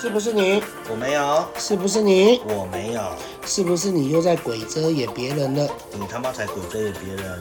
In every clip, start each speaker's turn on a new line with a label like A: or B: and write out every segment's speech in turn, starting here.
A: 是不是你？
B: 我没有，
A: 是不是你？
B: 我没有，
A: 是不是你又在鬼遮掩别人了？
B: 你他妈才鬼遮眼别人！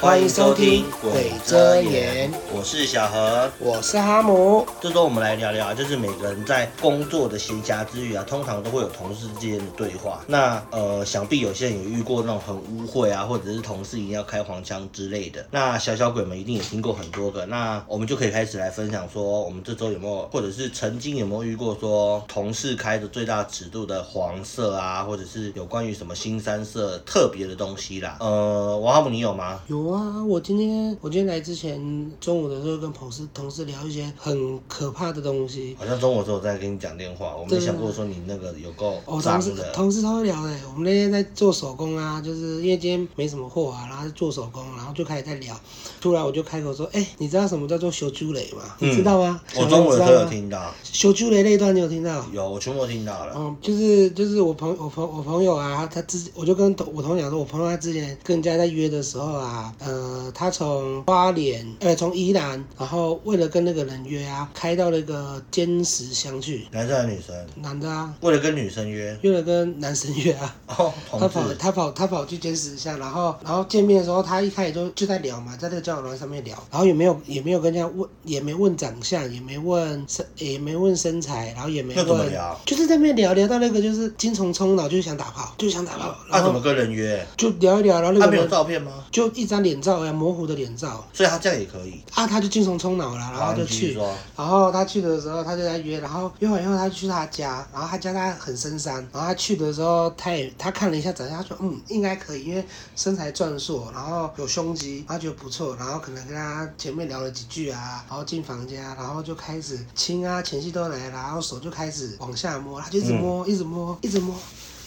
A: 欢迎收听鬼遮眼，
B: 我是小何。
A: 我是哈姆，
B: 这周我们来聊聊，就是每个人在工作的闲暇之余啊，通常都会有同事之间的对话。那呃，想必有些人有遇过那种很污秽啊，或者是同事一定要开黄腔之类的。那小小鬼们一定也听过很多个。那我们就可以开始来分享说，我们这周有没有，啊或者是曾经有没有遇过说同事开的最大尺度的黄色啊，或者是有关于什么新三色特别的东西啦。呃，王哈姆，你有吗？
A: 有啊，我今天我今天来之前中午的时候跟同事同事聊一些很可怕的东西。
B: 好像中午的时候我在跟你讲电话，我没想过说你那个有够
A: 哦，
B: 脏
A: 同事
B: 的。
A: 同事超会聊的。欸我们那天在做手工啊，就是因为今天没什么货啊，然后就做手工，然后就开始在聊。突然我就开口说：“哎、你知道什么叫做修猪雷吗？你知道吗？”
B: 嗯我中午的时候有
A: 小朋友知道吗
B: 听到，
A: 修猪雷那一段，你有听到？
B: 有，我全部都听到了。
A: 嗯，就是就是我朋我朋我朋友啊，他之我就跟同我同学讲说，我朋友他之前跟人家在约的时候啊，呃，他从花莲呃从宜兰，然后为了跟那个人约啊，开到那个尖石乡去，
B: 男生还是女生？
A: 男的啊，
B: 为了跟女生约，
A: 约了跟男生约啊。
B: 哦，
A: 他
B: 同
A: 跑
B: 志，
A: 他跑他跑去监视一下，然后然后见面的时候，他一开始就就在聊嘛，在那个交友软件上面聊，然后也没有也没有跟人家问，也没问长相，也没问身也没问身材，然后也没
B: 那怎么
A: 问
B: 聊？
A: 就是在那边聊聊到那个就是精虫冲脑，就是想打炮，就是想打炮，然
B: 他、啊怎
A: 后
B: 么跟人约？
A: 就聊一聊，然后那
B: 他、
A: 个
B: 没有
A: 人
B: 照片吗？
A: 就一张脸照呀，啊模糊的脸照
B: 所以他这样也可以。
A: 啊，他就精虫冲脑了，然后
B: 好
A: 他就
B: 你继续
A: 去。
B: 说，
A: 然后他去的时候，他就在约，然后约完以后，他就去他家，然后他家他很深山，然后他去的时候，他也他看了一下长相，他说嗯应该可以，因为身材壮硕，然后有胸肌，他觉得不错，然后可能跟他前面聊了几句啊，然后进房间啊，然后就开始亲啊，前戏都来了，然后手就开始往下摸，他就一直摸，一直摸，一直摸，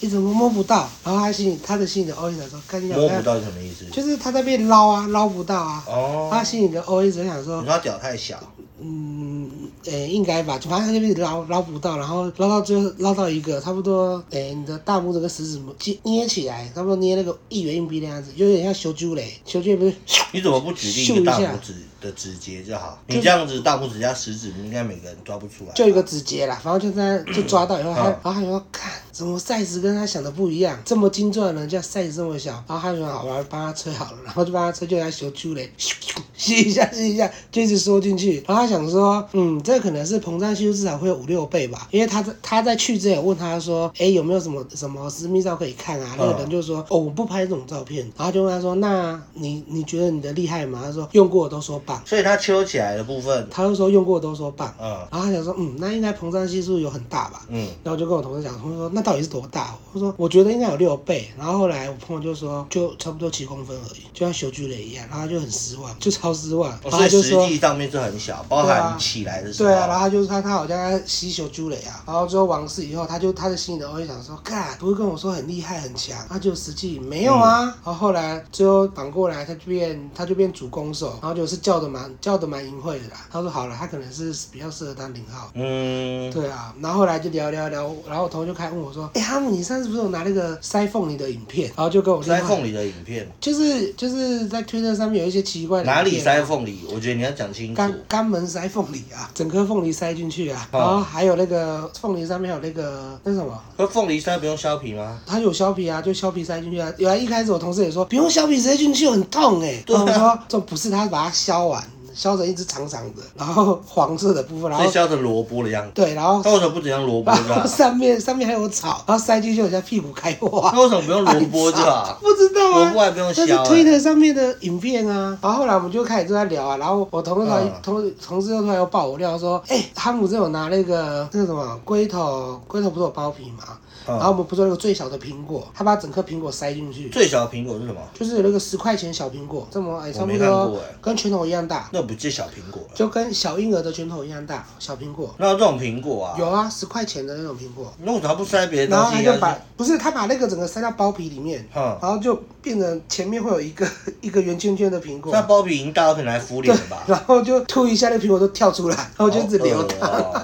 A: 一直摸摸不到，然后他心里他的心里的 OS 想说，干你
B: 摸不
A: 娘，
B: 到是什么意思？
A: 就是他在被捞啊，捞不到啊，
B: 哦，
A: 他心里的 OS 想说
B: 你。说他屌太小，
A: 嗯，呃、应该吧，反正他那边捞捞不到，然后捞到最后捞到一个差不多，呃、你的大拇指跟食指捏捏起来，差不多捏那个一元硬币那样子，有点像修猪嘞，修猪不是
B: 你怎么不指定一个大拇指的指节就好？你这样子大拇指加食指，应该每个人抓不出来。
A: 就一个指节啦，反正就在就抓到以后，他
B: 嗯
A: 然后他说看怎么 size 跟他想的不一样，这么精壮的人家 size 这么小，然后他就说好吧，帮他吹好了，然后就帮他吹，就给他修猪嘞，咻咻吸一下吸一下，就一直缩进去，然后他想说，嗯，这可能是膨胀系数至少会有五六倍吧，因为他在他在去之前问他说，哎有没有什么什么私密照可以看啊？那个人就说，哦我不拍这种照片，然后就问他说，那你你觉得你的厉害吗？他说用过的都说棒，
B: 所以他揪起来的部分，
A: 他就说用过的都说棒。
B: 嗯
A: 然后他想说，嗯，那应该膨胀系数有很大吧？
B: 嗯，
A: 然后我就跟我同事讲，同事说那到底是多大？我说我觉得应该有六倍。然后后来我朋友就说，就差不多七公分而已，就像修巨雷一样。然后他就很失望，就超失望。
B: 哦
A: 然后
B: 所
A: 他
B: 以
A: 就
B: 实
A: 说，
B: 际上面是很小，包
A: 对啊
B: 含起来的时候。
A: 对啊，然后他就他他好像在吸修巨雷啊。然后之后完事以后，他就他的心里头会想说，干不是跟我说很厉害很强，他就实际没有
B: 嗯
A: 啊。然后后来最后反过来，他就变他就变主攻手，然后就是叫的蛮叫的蛮淫秽的啦。他说好了，他可能是比较适合当零号。
B: 嗯，
A: 对啊，然后后来就聊聊聊，然后我同学就开始问我说：“哎、哈姆，你上次不是有拿那个塞缝里的影片？”然后就跟我另外
B: 塞缝里的影片，
A: 就是就是在推特上面有一些奇怪的
B: 哪里
A: 影片啊
B: 塞缝里？我觉得你要讲清楚。
A: 肛肛门塞缝里啊，整颗凤梨塞进去啊，
B: 哦
A: 然后还有那个凤梨上面有那个那什么。
B: 可凤梨塞不用削皮吗？
A: 它有削皮啊，就削皮塞进去啊。原来一开始我同事也说不用削皮直接进去很痛哎、欸，
B: 对啊
A: 然后我说这不是，他把它削完，削成一只长长的，然后黄色的部分，然
B: 所以
A: 后
B: 削成萝卜的样子。
A: 对，然后
B: 那为什么不只用萝卜啊就
A: 然后
B: 好？
A: 上面上面还有草，然后塞进去，我家屁股开花。
B: 那为什么不用萝卜 就好？
A: 不知道
B: 萝
A: 啊
B: 卜。还不用
A: 这
B: 削、
A: 是推
B: 欸？
A: 特上面的影片啊，然后后来我们就开始就在聊啊，然后我同事突然、
B: 嗯
A: 同同事又突然又爆我料说，哎、哈姆这有拿那个那个什么龟头，龟头不是有包皮嘛，
B: 嗯
A: 然后我们不是有那个最小的苹果，他把整颗苹果塞进去，
B: 最小的苹果是什么？
A: 就是有那个十块钱小苹果，这么哎、差
B: 我
A: 不
B: 没看过
A: 多
B: 哎
A: 跟拳头一样大，
B: 那不叫小苹果了。
A: 就跟小婴儿的拳头一样大，小苹果
B: 那这种苹果啊，
A: 有啊，十块钱的那种苹果，
B: 那为什么不塞别的
A: 然后
B: 东
A: 他
B: 西？啊
A: 就把不是他把那个整个塞到包皮里面，
B: 嗯
A: 然后就变成前面会有一个一个圆圈圈的苹果，
B: 那包皮已经大到可以拿来敷脸了吧？
A: 然后就吐一下，那个苹果都跳出来，然后就一直流汤，
B: 好恶哦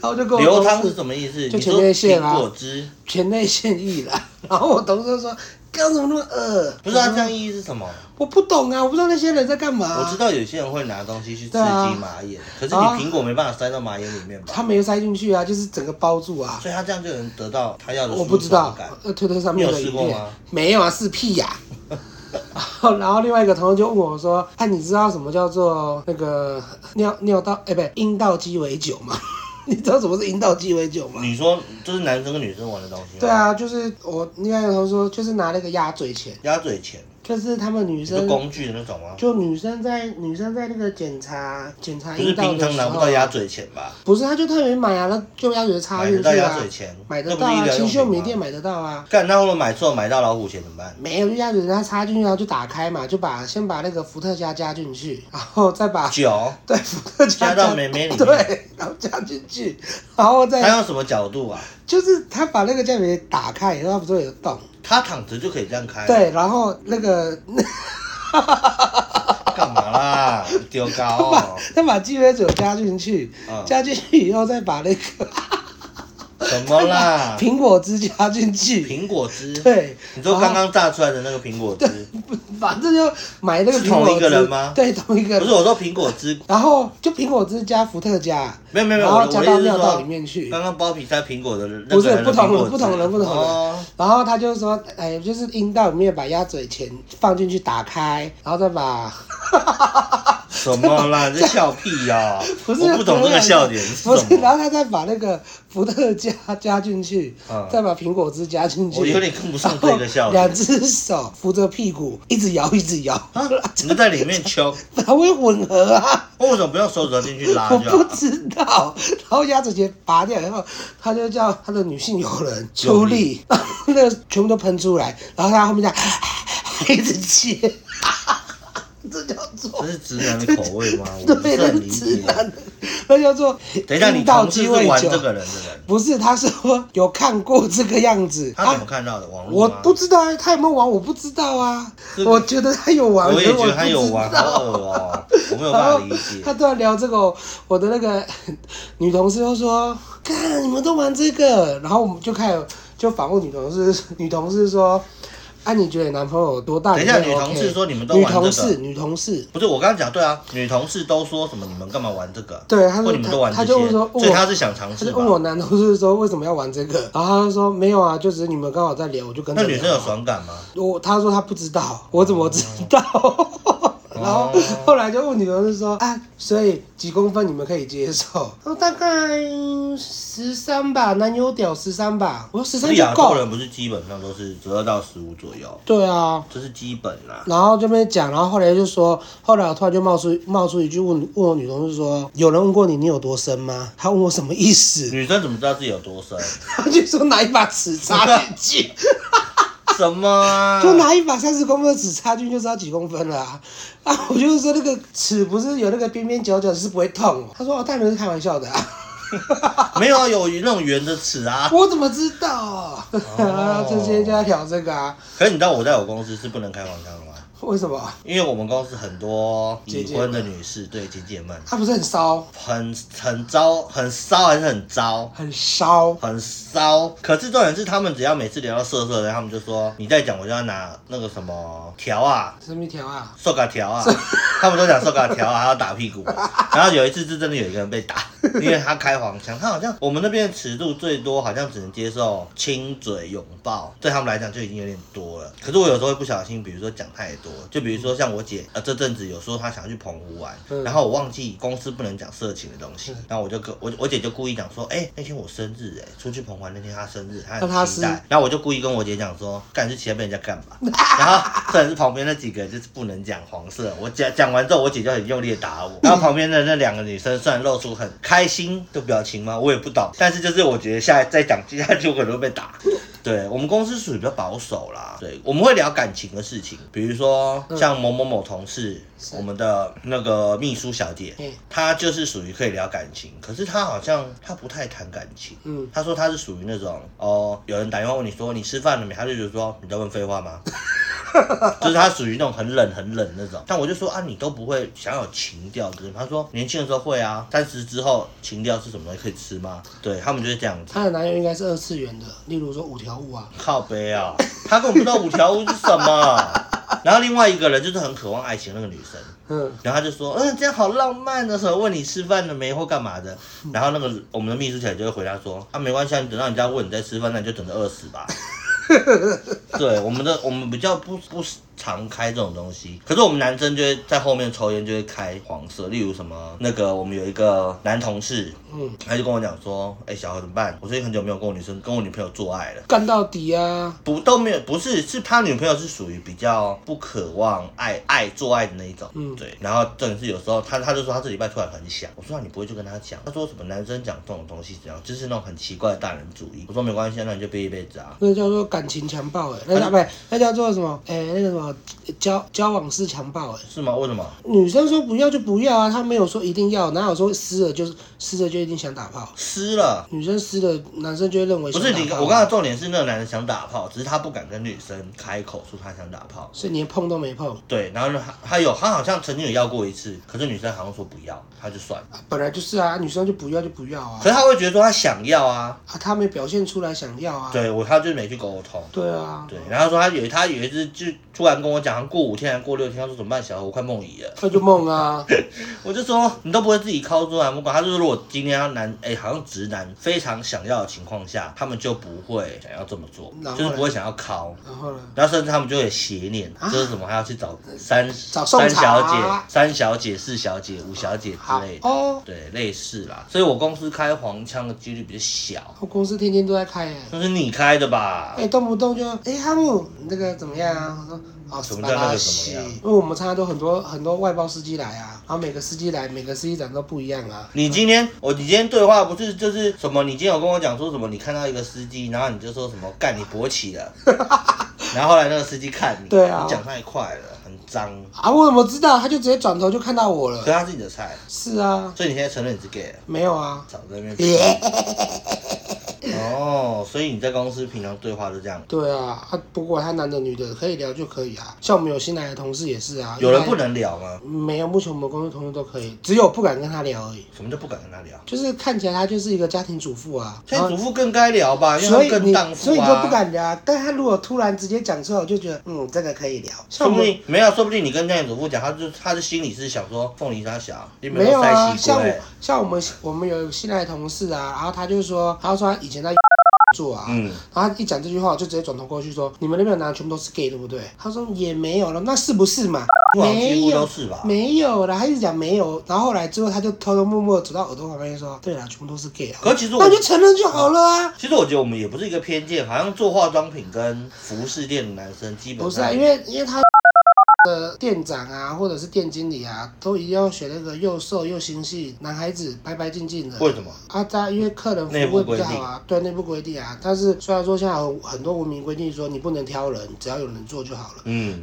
A: 然后就跟我
B: 流
A: 同
B: 汤是
A: 事
B: 什么意思？
A: 就
B: 你
A: 前
B: 说
A: 列腺啊
B: 苹果汁
A: 前内腺液了，然后我同事说。刚怎么那么恶？
B: 不是啊，这样意义是什么？
A: 我不懂啊，我不知道那些人在干嘛、
B: 我知道有些人会拿东西去刺激
A: 对啊
B: 马眼，可是你
A: 啊
B: 苹果没办法塞到马眼里面吧？
A: 他没有塞进去啊，就是整个包住啊。
B: 所以他这样就能得到他要的
A: 我不知道
B: 舒服感，
A: 呃，推特上面
B: 你有
A: 的
B: 试
A: 影
B: 过
A: 片
B: 吗
A: 没有啊，是屁呀、 然后然后另外一个同学就问我说：“哎、你知道什么叫做那个尿尿道？哎、不对，阴道鸡尾酒吗？ 你知道什么是阴道鸡尾酒吗？”
B: 你说就是男生跟女生玩的东西吗？
A: 对，啊，就是我另外一个同学说，就是拿那个鸭嘴钳，
B: 鸭嘴钳，
A: 就是他们女
B: 你说
A: 生
B: 工具的那种吗？
A: 就女生在女生在那个检查检查
B: 不是
A: 阴道
B: 平
A: 的
B: 常
A: 时
B: 拿
A: 候啊
B: 不到，鸭嘴钳吧？
A: 不是，他就特别买啊，那就鸭嘴插
B: 买
A: 进
B: 得
A: 去
B: 到
A: 啊，
B: 鸭嘴钳，
A: 买
B: 那
A: 得
B: 不
A: 到
B: 是医
A: 啊，
B: 疗
A: 清
B: 用
A: 秀
B: 品
A: 美
B: 吗
A: 店买得到啊。
B: 干，那我们买错买到老虎钳怎么办？
A: 没有，就鸭嘴它插进去，然后就打开嘛，就把先把那个伏特加加进去， 然后再把
B: 脚，
A: 对伏特加
B: 加到妹 妹里面
A: 对，然后加进去，然后
B: 他
A: 再
B: 用什么角度啊？
A: 就是他把那个酱给打开以后，它不是会有洞？
B: 他躺着就可以这样开，，
A: 对，然后那个那
B: 啊干嘛啦？丢 高哦，
A: 他把鸡尾酒加进去，
B: 嗯
A: 加进去以后再把那个
B: 什么啦？
A: 苹果汁加进去，
B: 啊苹果汁，
A: 对，
B: 你说刚刚榨出来的那个苹果汁，
A: 反正就买那个
B: 是
A: 苹果
B: 同一个
A: 汁
B: 人吗
A: 对，同一个
B: 不
A: 人
B: 是。我说苹果汁，
A: 然后就苹果汁加伏特加，
B: 没有没有没
A: 然
B: 有，
A: 后
B: 我的
A: 加到
B: 我的意思
A: 尿
B: 是
A: 道
B: 说
A: 里，面去。
B: 刚刚剥皮塞苹果的人，
A: 不是
B: 那个人的
A: 不同人
B: 苹果汁啊
A: 不同人不同人
B: 哦
A: 然后他就说，哎，就是阴道里面把鸭嘴钳放进去打开，然后再 把，
B: 什么啦？你这笑屁呀、
A: 不是
B: 我不懂这个笑点是什
A: 不是，然
B: 么。
A: 后他再把那个伏特加加进去，
B: 嗯
A: 再把苹果汁加进去。
B: 我有点跟不上这个笑
A: 然后
B: 点
A: 两。只手扶着屁股，一直摇，一直摇，
B: 啊，你就在里面敲，
A: 它会混合啊。
B: 为什么不用手指头进去拉
A: 我
B: 啊就好
A: 不
B: 了？
A: 知道，然后鸭嘴钳拔掉以后，他就叫他的女性友人出力， 然后那个全部都喷出来，然后他后面这样一直切，这叫做
B: 这是直男的口味吗？哦我不
A: 对，
B: 是
A: 那
B: 很
A: 是
B: 理
A: 直
B: 解。
A: 男的，那叫做
B: 等一下，你
A: 阴道
B: 同事
A: 鸡
B: 是
A: 尾
B: 玩
A: 酒
B: 这。个人的人，
A: 不是，他说有看过这个样子，啊
B: 他怎么看到的？网络
A: 我
B: 吗
A: 不知道啊他有没有玩，我不知道啊。
B: 这个
A: 我觉得他有玩，
B: 我也
A: 可是
B: 觉得他有
A: 不知
B: 玩，
A: 道
B: 好恶哦，我没有
A: 然
B: 办
A: 后
B: 法理解
A: 他。突然聊这个，我的那个 女同事就说：“看你们都玩这个。”然后我们就开始就访问女同事，女同事说：“啊，你觉得你男朋友有多大？”
B: 等一下
A: 你觉得
B: 女同事
A: OK？
B: 说你们都
A: 女
B: 玩这个
A: 同事，女同事。
B: 不是我刚刚讲对啊，女同事都说什么你们干嘛玩这个？
A: 对，他
B: 或
A: 说
B: 你们都玩
A: 他
B: 这
A: 就
B: 些，
A: 问说，哦
B: 所以他是想尝
A: 他
B: 试
A: 就
B: 吧
A: 问？我男同事说为什么要玩这个，然后他就说没有啊，就只是你们刚好在聊，我就跟
B: 那
A: 着
B: 女
A: 聊
B: 生有爽感吗？
A: 我他说他不知道，我怎么知道？ 然后后来就问女同事说啊，所以几公分你们可以接受？哦，大概十三吧，男友屌十三吧。我说十
B: 是
A: 三就
B: 亚
A: 够
B: 洲
A: 了。
B: 人不是基本上都是十二到十五左右，
A: 对啊，
B: 这是基本啦。
A: 然后这边讲，然后后来就说，后来我突然就冒出冒出一句问问我女同事说，有人问过你你有多深吗？她问我什么意思，
B: 女生怎么知道自己有多深？
A: 她就说拿一把尺插进去。
B: 什么啊？
A: 就拿一把三十公分的尺插进去就知道几公分了啊！啊，我就是说那个尺不是有那个边边角角是不会痛哦。他说哦，大人是开玩笑的、啊，
B: 没有啊，有那种圆的尺啊。
A: 我怎么知道啊？ 啊，这些就在聊这个啊？
B: 可是你知道我在我公司是不能开黄腔的吗？
A: 为什么？
B: 因为我们公司很多
A: 姐
B: 已
A: 姐
B: 婚的女士，对姐姐们，
A: 他不是很骚，
B: 很很糟，很骚，还是很糟，
A: 很骚，
B: 很骚。可是重点是，他们只要每次聊到色色的，他们就说你再讲，我就要拿那个什么条啊，
A: 什么条啊？
B: 塑嘎条啊，他们都讲塑嘎条啊，还要打屁股。然后有一次是真的有一个人被 打，因为他开黄腔，他好像我们那边的尺度最多好像只能接受亲嘴拥抱，对他们来讲就已经有点多了。可是我有时候会不小心，比如说讲太多，就比如说像我姐呃这阵子有说她想要去澎湖玩，
A: 嗯
B: 然后我忘记公司不能讲色情的东西，然后我就跟我我姐就故意讲说，哎、那天我生日哎、出去澎湖玩那天她生日，她
A: 那她
B: 很期
A: 是
B: 待，然后我就故意跟我姐讲说，干是期待被人家干嘛？ 然后虽然是旁边那几个就是不能讲黄色，我讲讲完之后，我姐就很用力的打我。然后旁边的那两个女生虽然露出很开心的表情嘛，我也不懂，但是就是我觉得下再讲接下去我可能会被打。对我们公司属于比较保守啦，对，我们会聊感情的事情，比如说像某某某同事，
A: 嗯是
B: 我们的那个秘书小姐
A: 嗯，
B: 她就是属于可以聊感情，可是她好像她不太谈感情。
A: 嗯，
B: 她说她是属于那种哦，有人打电话问你说你吃饭了没，她就觉得说你在问废话吗？就是他属于那种很冷很冷那种。但我就说啊，你都不会想有情调之类吗。他说年轻的时候会啊，三十之后情调是什么东西可以吃吗？对他们就是这样子。
A: 她的男友应该是二次元的，例如说五条悟啊，
B: 靠背啊，他根本不知道五条悟是什么。然后另外一个人就是很渴望爱情那个女生，
A: 嗯，
B: 然后他就说，嗯，这样好浪漫的时候问你吃饭了没或干嘛的，然后那个我们的秘书小姐就会回答说，啊，没关系，啊，你等到人家问你在吃饭，那你就等着饿死吧。对，我们的我们比较不不常开这种东西，可是我们男生就会在后面抽烟，就会开黄色，例如什么那个我们有一个男同事，
A: 嗯，
B: 他就跟我讲说，哎、小何怎么办？我最近很久没有跟我女生跟我女朋友做爱了。
A: 干到底啊，
B: 不都没有，不是，是他女朋友是属于比较不渴望爱爱做爱的那一种，
A: 嗯
B: 对。然后真的是有时候他他就说他这礼拜突然很想，我说那你不会就跟他讲，他说什么男生讲这种东西怎样，就是那种很奇怪的大人主义。我说没关系，那你就憋一辈子啊。
A: 那叫做感情强暴哎、那叫不，那叫做什么？哎、那个什么交交往式强暴哎、
B: 是吗？为什么？
A: 女生说不要就不要啊，她没有说一定要，哪有说湿了就是湿了就一定想打炮？
B: 湿了。
A: 女生湿了，男生就会认为
B: 不
A: 想
B: 是
A: 打
B: 你，
A: 炮
B: 我刚才重点是那个男的想打炮，只是他不敢跟女生开口说他想打炮。
A: 是连碰都没碰，
B: 对，然后呢，他他有他好像曾经有要过一次，可是女生好像说不要，他就算了。
A: 本来就是啊，女生就不要就不要啊
B: 可，是他会觉得说他想要啊，
A: 啊，她没表现出来想要啊，
B: 对我他就是没去沟通。
A: 对啊，
B: 对，然后说他有他有一次就突然跟我讲，过五天还过六天，他说怎么办，小何我快梦遗了。
A: 那就梦啊，
B: 我就说你都不会自己敲桌啊，不管他就说如果今天要男哎、好像直男非常想要的情况下，他们就不会想要这么做
A: 然，后
B: 就是
A: 嘞
B: 不会想要敲。
A: 然后呢？
B: 然后甚至他们就会有邪念，
A: 啊呃
B: 就是什么还要去找三
A: 找送
B: 三小
A: 茶
B: 姐、三小姐、四小姐、五小姐之
A: 好
B: 类的，
A: 哦，
B: 对，类似啦。所以我公司开黄腔的几率比较小，
A: 我公司天天都在开哎、
B: 那是你开的吧
A: 哎、？动不动就哎、哈姆，你那个怎么样啊？我说哦，
B: 什
A: 斯
B: 么
A: 巴
B: 叫那
A: 拉
B: 个
A: 西，
B: 怎么样
A: 因为我们常常都很多很多外包司机来啊，然后每个司机来，每个司机长都不一样啊。
B: 你今天我你今天对话不是就是什么？你今天有跟我讲说什么？你看到一个司机，然后你就说什么干你勃起 了，然后后来那个司机看你，
A: 对啊
B: 你讲太快了，很脏，
A: 啊，我怎么知道？他就直接转头就看到我
B: 可
A: 了。
B: 是他是你的菜，
A: 是啊，
B: 所以你现在承认你是 gay 了，
A: 没有啊。
B: 早在那 边。哦，所以你在公司平常对话就这样，
A: 对啊，啊，不过他男的女的可以聊就可以啊。像我们有新来的同事也是啊，
B: 有人
A: 因
B: 不
A: 为
B: 能聊吗？
A: 没有，目前我们公司同事都可以，只有不敢跟他聊而已。
B: 什么叫不敢跟他聊？
A: 就是看起来他就是一个家庭主妇啊，
B: 现在主妇更该聊吧，因
A: 所
B: 为
A: 以
B: 他更
A: 你
B: 荡妇啊。
A: 所以你就不敢聊啊。但他如果突然直接讲出来，我就觉得嗯，这个可以聊。像我
B: 说不
A: 们
B: 定没有，说不定你跟家庭主妇讲，他就他的心里是想说凤梨沙小，你
A: 没有
B: 塞
A: 啊，
B: 西
A: 像
B: 瓜哎
A: 我。像我们我们有新来的同事啊，然后他就说，他说他以前在 做啊，
B: 嗯，
A: 然后他一讲这句话，我就直接转头过去说，你们那边的男的全部都是 gay 对不对？他说也没有了，那是不是嘛？
B: 不啊好
A: 没
B: 几乎都
A: 有。
B: 是吧？
A: 没有啦，他一直讲没有，然后后来之后他就偷偷摸摸地走到耳朵旁边说：“对啦，全部都是 gay 啊。”
B: 可其实我
A: 那你就承认就好了啊。
B: 其实我觉得我们也不是一个偏见，好像做化妆品跟服饰店的男生基本
A: 不
B: 上
A: 是啊，因为因为他的店长啊，或者是店经理啊，都一定要选那个又瘦又心细男孩子，白白净净的。
B: 为什么？
A: 啊，他因为客人服务会比较好啊，对内部规定啊。但是虽然说现在有很多文明规定说你不能挑人，只要有人做就好了，
B: 嗯，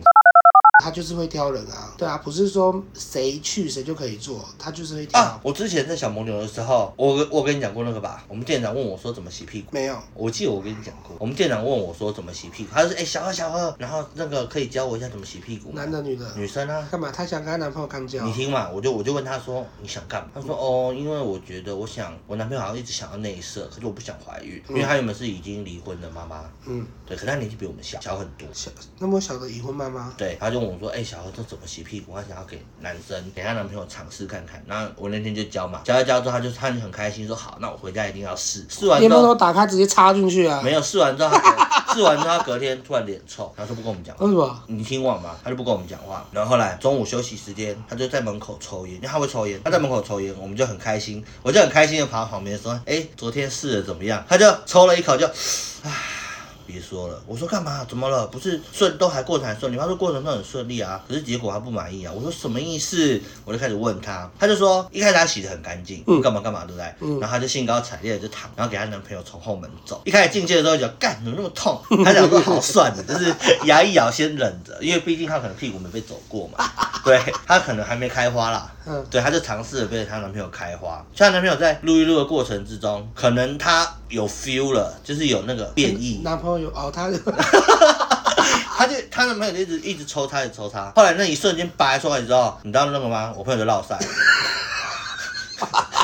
A: 他就是会挑人啊。对啊，不是说谁去谁就可以做，他就是会挑。
B: 啊，我之前在小蒙牛的时候，我跟我跟你讲过那个吧？我们店长问我说怎么洗屁股。
A: 没有，
B: 我记得我跟你讲过，我们店长问我说怎么洗屁股，他就说哎、小何小何，然后那个可以教我一下怎么洗屁股吗？
A: 男的女的，
B: 女生啊，
A: 干嘛？她想跟她男朋友啊干架
B: 你？听嘛，我就我就问他说你想干嘛？他说哦，因为我觉得我想我男朋友好像一直想要内射，可是我不想怀孕，因为他原本是已经离婚的妈妈，
A: 嗯，
B: 对，可是他年纪比我们小小很多，
A: 小那么小的已婚妈妈，
B: 对，他就问我说：“哎、小何这怎么洗屁股？”他想要给男生给她男朋友尝试看看。然后我那天就教嘛，教一教之后，他就他就很开心，说：“好，那我回家一定要试。”试完
A: 电
B: 之
A: 风
B: 后
A: 都打开直接插进去啊？
B: 没有试完之后他隔，试完之后他隔天突然脸臭，然后就不跟我们讲话。
A: 为什么？
B: 你听我嘛，他就不跟我们讲话。然后后来中午休息时间，他就在门口抽烟，因为他会抽烟，他在门口抽烟，我们就很开心，我就很开心的跑到旁边说：“哎、昨天试的怎么样？”他就抽了一口就，唉。别说了，我说干嘛？怎么了？不是顺都还过程很顺利，他说过程都很顺利啊，可是结果他不满意啊。我说什么意思？我就开始问他，他就说一开始他洗的很干净，
A: 嗯
B: 干嘛干嘛，对不对？
A: 嗯
B: 然后他就兴高采烈的就躺，然后给她男朋友从后门走。一开始进去的时候就觉得干怎么那么痛，他想说好算了，就是牙一咬先忍着，因为毕竟他可能屁股没被走过嘛，对他可能还没开花啦。
A: 嗯，
B: 对，她就尝试着被她男朋友开花。所以她男朋友在撸一撸的过程之中，可能他有 feel 了，就是有那个变异，
A: 男朋友哦，他
B: 他就他男朋友就一直一直抽插，一直抽插。后来那一瞬间拔出来之后，你知道那个吗？我朋友就落塞。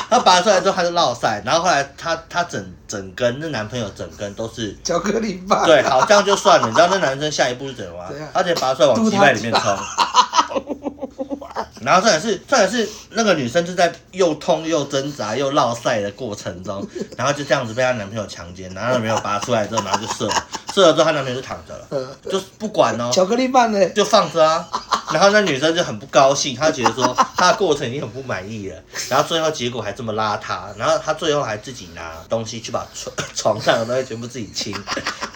B: 他拔出来之后，他就落塞，然后后来他他整整根那男朋友整根都是
A: 巧克力棒，
B: 对，好，这样就算了。你知道那男生下一步是怎么吗
A: 怎样？
B: 而且拔出来往鸡外里面 冲。然后重点是，重点是那个女生就在又痛又挣扎又落塞的过程中，然后就这样子被她男朋友强奸，然后她男朋友拔出来之后，然后就射了，射了之后她男朋友就躺着了，
A: 嗯，
B: 就是不管哦，
A: 巧克力棒呢？
B: 就放着啊。然后那女生就很不高兴，她觉得说她的过程已经很不满意了，然后最后结果还这么邋遢，然后她最后还自己拿东西去把床 床上的东西全部自己清，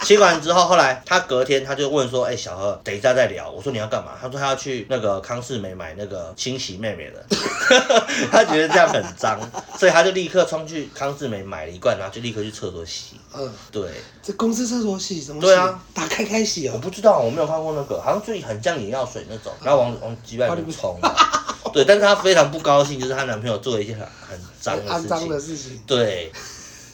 B: 清完之后，后来她隔天她就问说：“哎、小何，等一下再聊。”我说：“你要干嘛？”她说：“她要去那个康世美买那个清洗妹妹的。” 她觉得这样很脏，所以她就立刻冲去康世美买了一罐，然后就立刻去厕所洗。
A: 嗯，
B: 对，
A: 这公司厕所洗什么洗？
B: 对啊，
A: 打开开洗
B: 我
A: 哦。
B: 不知道，我没有看过那个，好像就是很像眼药水那种，然后往往鸡外面冲嘛。对，但是她非常不高兴，就是她男朋友做了一件很很脏
A: 肮
B: 啊的事
A: 脏的
B: 情。
A: 事情，
B: 对，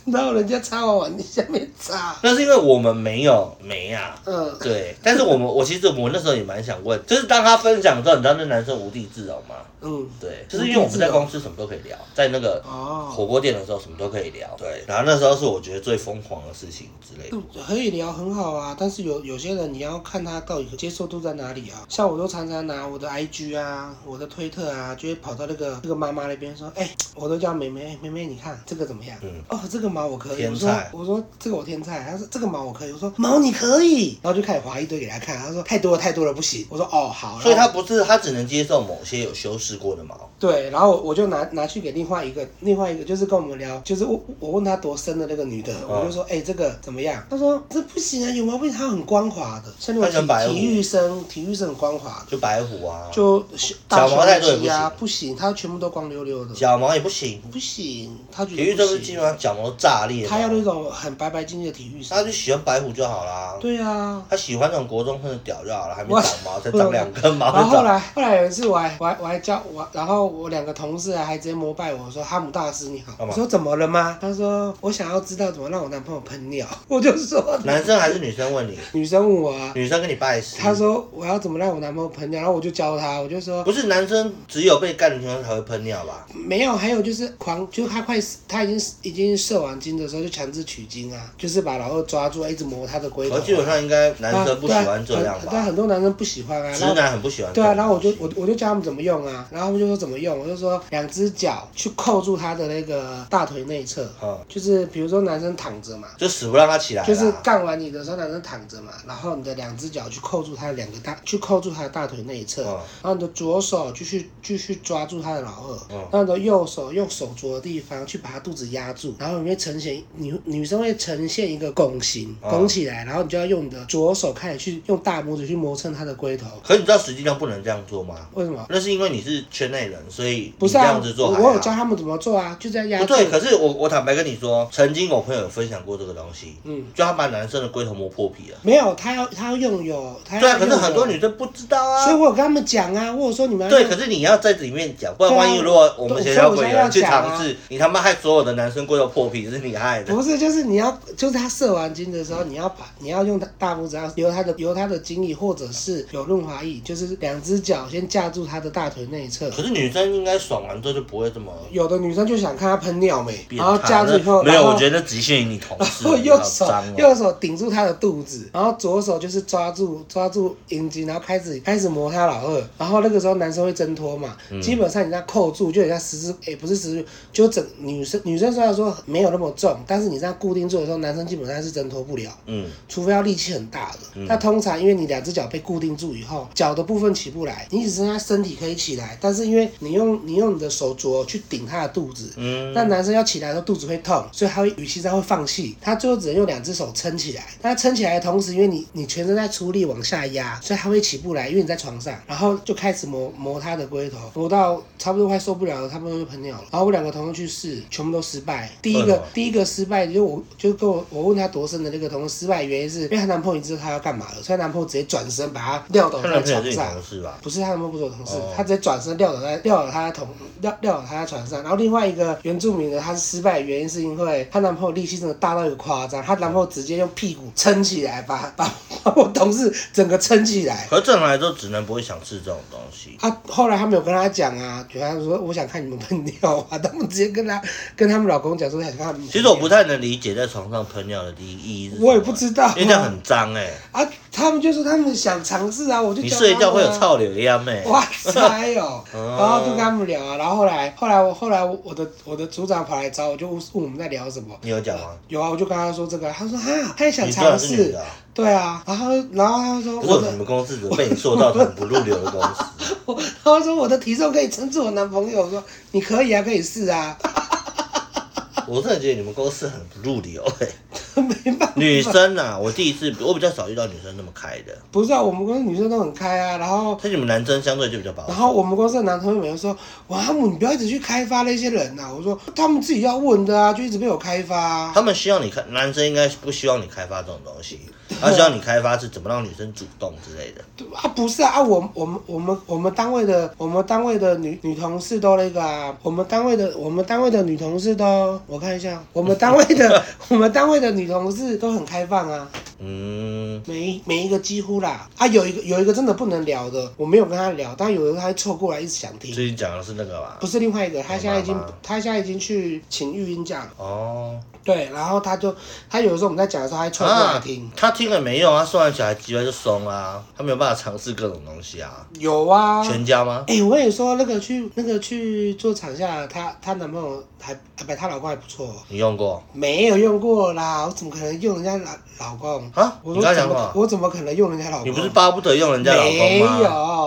A: 然后人家擦完碗，你下面擦，
B: 那是因为我们没有没啊。
A: 嗯，
B: 对，但是我们我其实我那时候也蛮想问，就是当他分享之后，你知道那男生无地自容吗？
A: 嗯，
B: 对，就是因为我们在公司什么都可以聊，在那个
A: 哦，
B: 火锅店的时候什么都可以聊。对，然后那时候是我觉得最疯狂的事情之类的。
A: 可以聊很好啊，但是有有些人你要看他到底接受度在哪里啊。像我都常常拿我的 IG 啊，我的推特啊，就会跑到那个那个妈妈那边说，哎、我都叫妹妹，妹妹你看这个怎么样？
B: 嗯，
A: 哦，这个毛我可以。
B: 天
A: 我说
B: 菜
A: 我说这个我天菜，他说这个毛我可以。我说毛你可以，然后就开始划一堆给他看，他说太多了太多了不行。我说哦好，
B: 所以
A: 然
B: 他
A: 后
B: 不是他只能接受某些有修饰过的毛。
A: 对，然后我我就拿拿去给另外一个另外一个就是跟我们聊，就是我我问他多深的那个女的，
B: 哦
A: 我就说哎、这个怎么样？他说这不行啊，有毛病，它很光滑的，像那
B: 它像
A: 种
B: 白
A: 体
B: 虎
A: 体育生体育生很光滑的，
B: 就白虎啊，
A: 就大
B: 小毛带都也
A: 胸
B: 不
A: 肌啊
B: 行
A: 不行，它全部都光溜溜的，
B: 脚毛也不行，
A: 不行，他觉
B: 体育
A: 得
B: 这
A: 不
B: 不是基
A: 行，
B: 本上脚毛炸裂吗，
A: 他要那种很白白净净的体育生
B: 他。就喜欢白虎就好啦。
A: 对啊，
B: 他喜欢那种国中生的屌就好了，还没
A: 我
B: 长毛，才长两根毛
A: 然后
B: 就
A: 后
B: 长。
A: 来后来有一次我还我还我还叫我，然后我两个同事啊还直接膜拜我说哈姆大师你好，我
B: 干嘛
A: 说怎么了吗？他说我想要知道怎么让我男朋友喷尿，我就说
B: 男生还是女生问你，
A: 女生问我啊，
B: 女生跟你拜师。
A: 她说我要怎么让我男朋友喷尿，然后我就教她，我就说。
B: 不是男生只有被干的情况下才会喷尿吧？
A: 没有，还有就是狂，就是他快死，他已经已经射完精的时候就强制取精啊，就是把老二抓住，一直磨他的龟头
B: 而
A: 啊。
B: 基本上应该男生不喜
A: 对啊
B: 欢这样
A: 很对啊，
B: 吧？
A: 很多男生不喜欢啊。然后
B: 直男很不喜欢这
A: 对
B: 种
A: 啊，
B: 东西。
A: 然后我就我我就教他们怎么用啊，然后他们就说怎么用，我就说两只脚去扣住他的那个大腿内侧，
B: 嗯，
A: 就是比如说男生躺着嘛，
B: 就死不让他起来啦。
A: 就是干完你的时候男生躺着嘛，然后你的两只脚去扣住他的两个大，去扣住他的大腿内侧，
B: 嗯
A: 然后你的左手继续继续抓住他的老二，
B: 嗯
A: 然后你的右手用手镯的地方去把他肚子压住，然后你会呈现女女生会呈现一个拱形，
B: 嗯
A: 拱起来，然后你就要用你的左手开始去用大拇指去磨蹭他的龟头，
B: 可你知道实际上不能这样做吗？
A: 为什么？
B: 那是因为你是圈内人，所以
A: 不
B: 你
A: 是
B: 这
A: 啊，
B: 样子
A: 我
B: 做还
A: 我有
B: 好。
A: 教他们怎么做啊，就在压
B: 不
A: 住。
B: 对，可是我我坦白跟你说，曾经我朋友有分享过这个东西，
A: 嗯，
B: 就他把男生的龟头磨破皮了。
A: 没有，他要他要用有，他要
B: 对啊，可
A: 用哎
B: 是
A: 有
B: 很多女，生不知道
A: 所以
B: 啊。
A: 我有跟他们讲啊，我有说你们要
B: 对，
A: 用
B: 可是你要在里面讲，不然
A: 对啊
B: 万一如果我们学校鬼
A: 所以我现在要
B: 人去
A: 讲啊
B: 尝试，你他妈害所有的男生龟头破皮是你害的。
A: 不是，就是你要，就是他射完精的时候，你要把你要用他大拇指要由他的由他的精液，或者是有润滑液，就是两只脚先架住他的大腿内侧。
B: 可是女生应该爽完之后就不会这么
A: 有的女生就想看他喷尿没，
B: 变
A: 然
B: 态。
A: 后架住以后，
B: 没有，
A: 然后
B: 我觉得只限于你同
A: 然
B: 事。
A: 后
B: 你
A: 右
B: 好
A: 手
B: 脏哦
A: 右手顶住他的肚子，然后左手就是抓住抓住阴茎，然后开始开始磨他老二，然后那个时候男生会挣脱嘛，
B: 嗯
A: 基本上你这样扣住，就人家十字，哎、不是十字，就整女生女生虽然说没有那么重，但是你这样固定住的时候，男生基本上是挣脱不了。
B: 嗯，
A: 除非要力气很大的，那、通常因为你两只脚被固定住以后，脚的部分起不来，你只剩下身体可以起来，但是因为你用你用你的手镯去顶他的肚子，
B: 嗯
A: 那男生要起来的时候肚子会痛，所以他会语气上会放弃，他最后只能用两只手撑起来。那撑起来的同时，因为你你全身在出力往下压，所以他会起不来，因为你在床上，然后就开始磨磨他的龟头，磨到差不多快受不了了，差不多就喷尿了。然后我两个同事去试，全部都失败。第一
B: 为什
A: 个
B: 么
A: 个第一个失败，就我就跟我我问她多深的那个同事失败，原因是因为她男朋友已经知道她要干嘛了，所以她男朋友直接转身把她撂倒
B: 她
A: 在
B: 男
A: 床
B: 朋友是你
A: 上。
B: 同事吧？
A: 不是他的不是我同事
B: 哦，
A: 他直接转身撂倒在撂倒他的同撂撂倒他在床上。然后另外一个原住民的，他是失败的原因是因为她男朋友力气真的大到一个夸张，她男朋友直接用屁股撑起来，把 把把我同事整个撑起来。
B: 可是正常来说，直男不会想吃这种东西。
A: 啊，后来他们有跟他讲啊，就他说我想看你们喷尿啊，他们直接跟他跟他们老公讲说想看他们喷尿。啊
B: 其实我不太能理解在床上喷尿的第一意义是什么，
A: 我也不知道啊
B: 因为这样很脏哎、
A: 啊，他们就说他们想尝试啊，我就
B: 你
A: 教
B: 睡
A: 他
B: 觉会有
A: 们啊
B: 臭流样哎、
A: 哇塞 哦，
B: 嗯
A: 然后就跟他们聊啊，然后后来后来我后来我的我的组长跑来找我，就问我们在聊什么。
B: 你有讲吗？
A: 有啊，我就跟他说这个，他说哈，他也想
B: 你知道
A: 尝
B: 是女
A: 试
B: 的、，啊，
A: 对啊，然后然后他说
B: 可是
A: 我
B: 你
A: 的，
B: 们公司怎么被你塑造成不入流的公 司？
A: 我他说我的体重可以撑住我男朋友，我说你可以啊，可以试啊，
B: 我真的觉得你们公司很不入流哎、
A: 没办法，
B: 女生啊，我第一次我比较少遇到女生那么开的，
A: 不是啊，我们公司女生都很开啊，然后
B: 但你们男生相对就比较保
A: 然
B: 守。
A: 后我们公司的男同学们就说：“哇，阿姆，你不要一直去开发那些人啊呐、我说：“他们自己要问的啊，就一直被我开发、啊。
B: 他们希望你开，男生应该不希望你开发这种东西，他希望你开发是怎么让女生主动之类的。
A: 对”啊，不是啊，啊我我们我们我们单位的我们单位的女女同事都那个啊，我们单位的我们单位的女同事都，我看一下，我们单位 的我们单位的女同事都很开放啊，
B: 嗯，
A: 每一每一个几乎啦，啊有一个有一个真的不能聊的，我没有跟他聊，但有的他会凑过来一直想听，
B: 最近讲的是那个吧
A: 不？是另外一个，他现在已经
B: 我妈妈
A: 他现在已经去请育婴假了。
B: 哦，
A: 对，然后他就他有的时候我们在讲的时候，他还凑过来
B: 啊
A: 听。，
B: 他听了没用啊，生完小孩鸡巴就松啊，他没有办法尝试各种东西啊。
A: 有啊，
B: 全家吗？
A: 哎、我也说那个去那个去做产下，她她男朋友还啊不，她老公还不错，
B: 你用过
A: 没有用过啦，我怎么可能用人家老老公？
B: 啊？
A: 我
B: 你
A: 说
B: 刚才
A: 怎
B: 讲什
A: 么
B: 么？
A: 我怎么可能用人家老公？
B: 你不是巴不得用人家老公
A: 没
B: 吗？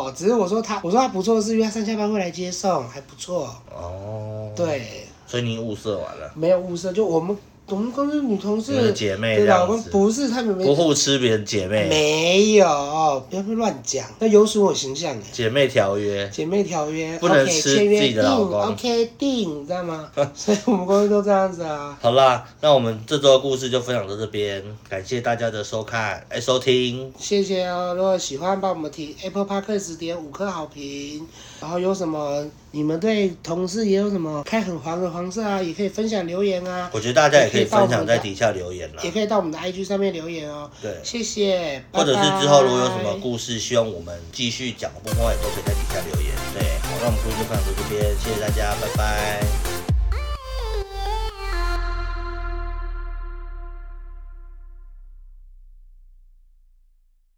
A: 有，只是我说他，我说他不错，是因为他上下班会来接送，还不错。
B: 哦，，
A: 对，
B: 所以你物色完了，
A: 没有物色，就我们我们公司女同
B: 你们的
A: 事
B: 姐妹
A: 的
B: 这
A: 老
B: 样
A: 公
B: 子，
A: 不是他们没
B: 不互吃别人姐妹，
A: 没有，不要乱讲，那有损我形象哎。
B: 姐妹条约，
A: 姐妹条约
B: 不能
A: OK，
B: 吃
A: 签约
B: 自己的老公
A: 定，OK 定，你知道吗？ 所以我们公司都这样子啊。
B: 好啦，那我们这周的故事就分享到这边，感谢大家的收看、哎收听。
A: 谢谢哦，如果喜欢帮我们提 Apple Podcast 点五颗好评，然后有什么你们对同事也有什么开很黄的黄色啊，也可以分享留言啊，
B: 我觉得大家也可以
A: 也可以到我
B: 分
A: 们
B: 享
A: 的
B: 在底下留言啦
A: 也，可以到我们的 IG 上面留言哦。
B: 对，
A: 谢谢，
B: 或者
A: 拜拜
B: 是之后如果有什么故事希望我们继续讲的部分，也都可以在底下留言。对，好，那我们故事就分享到这边，谢谢大家，拜拜。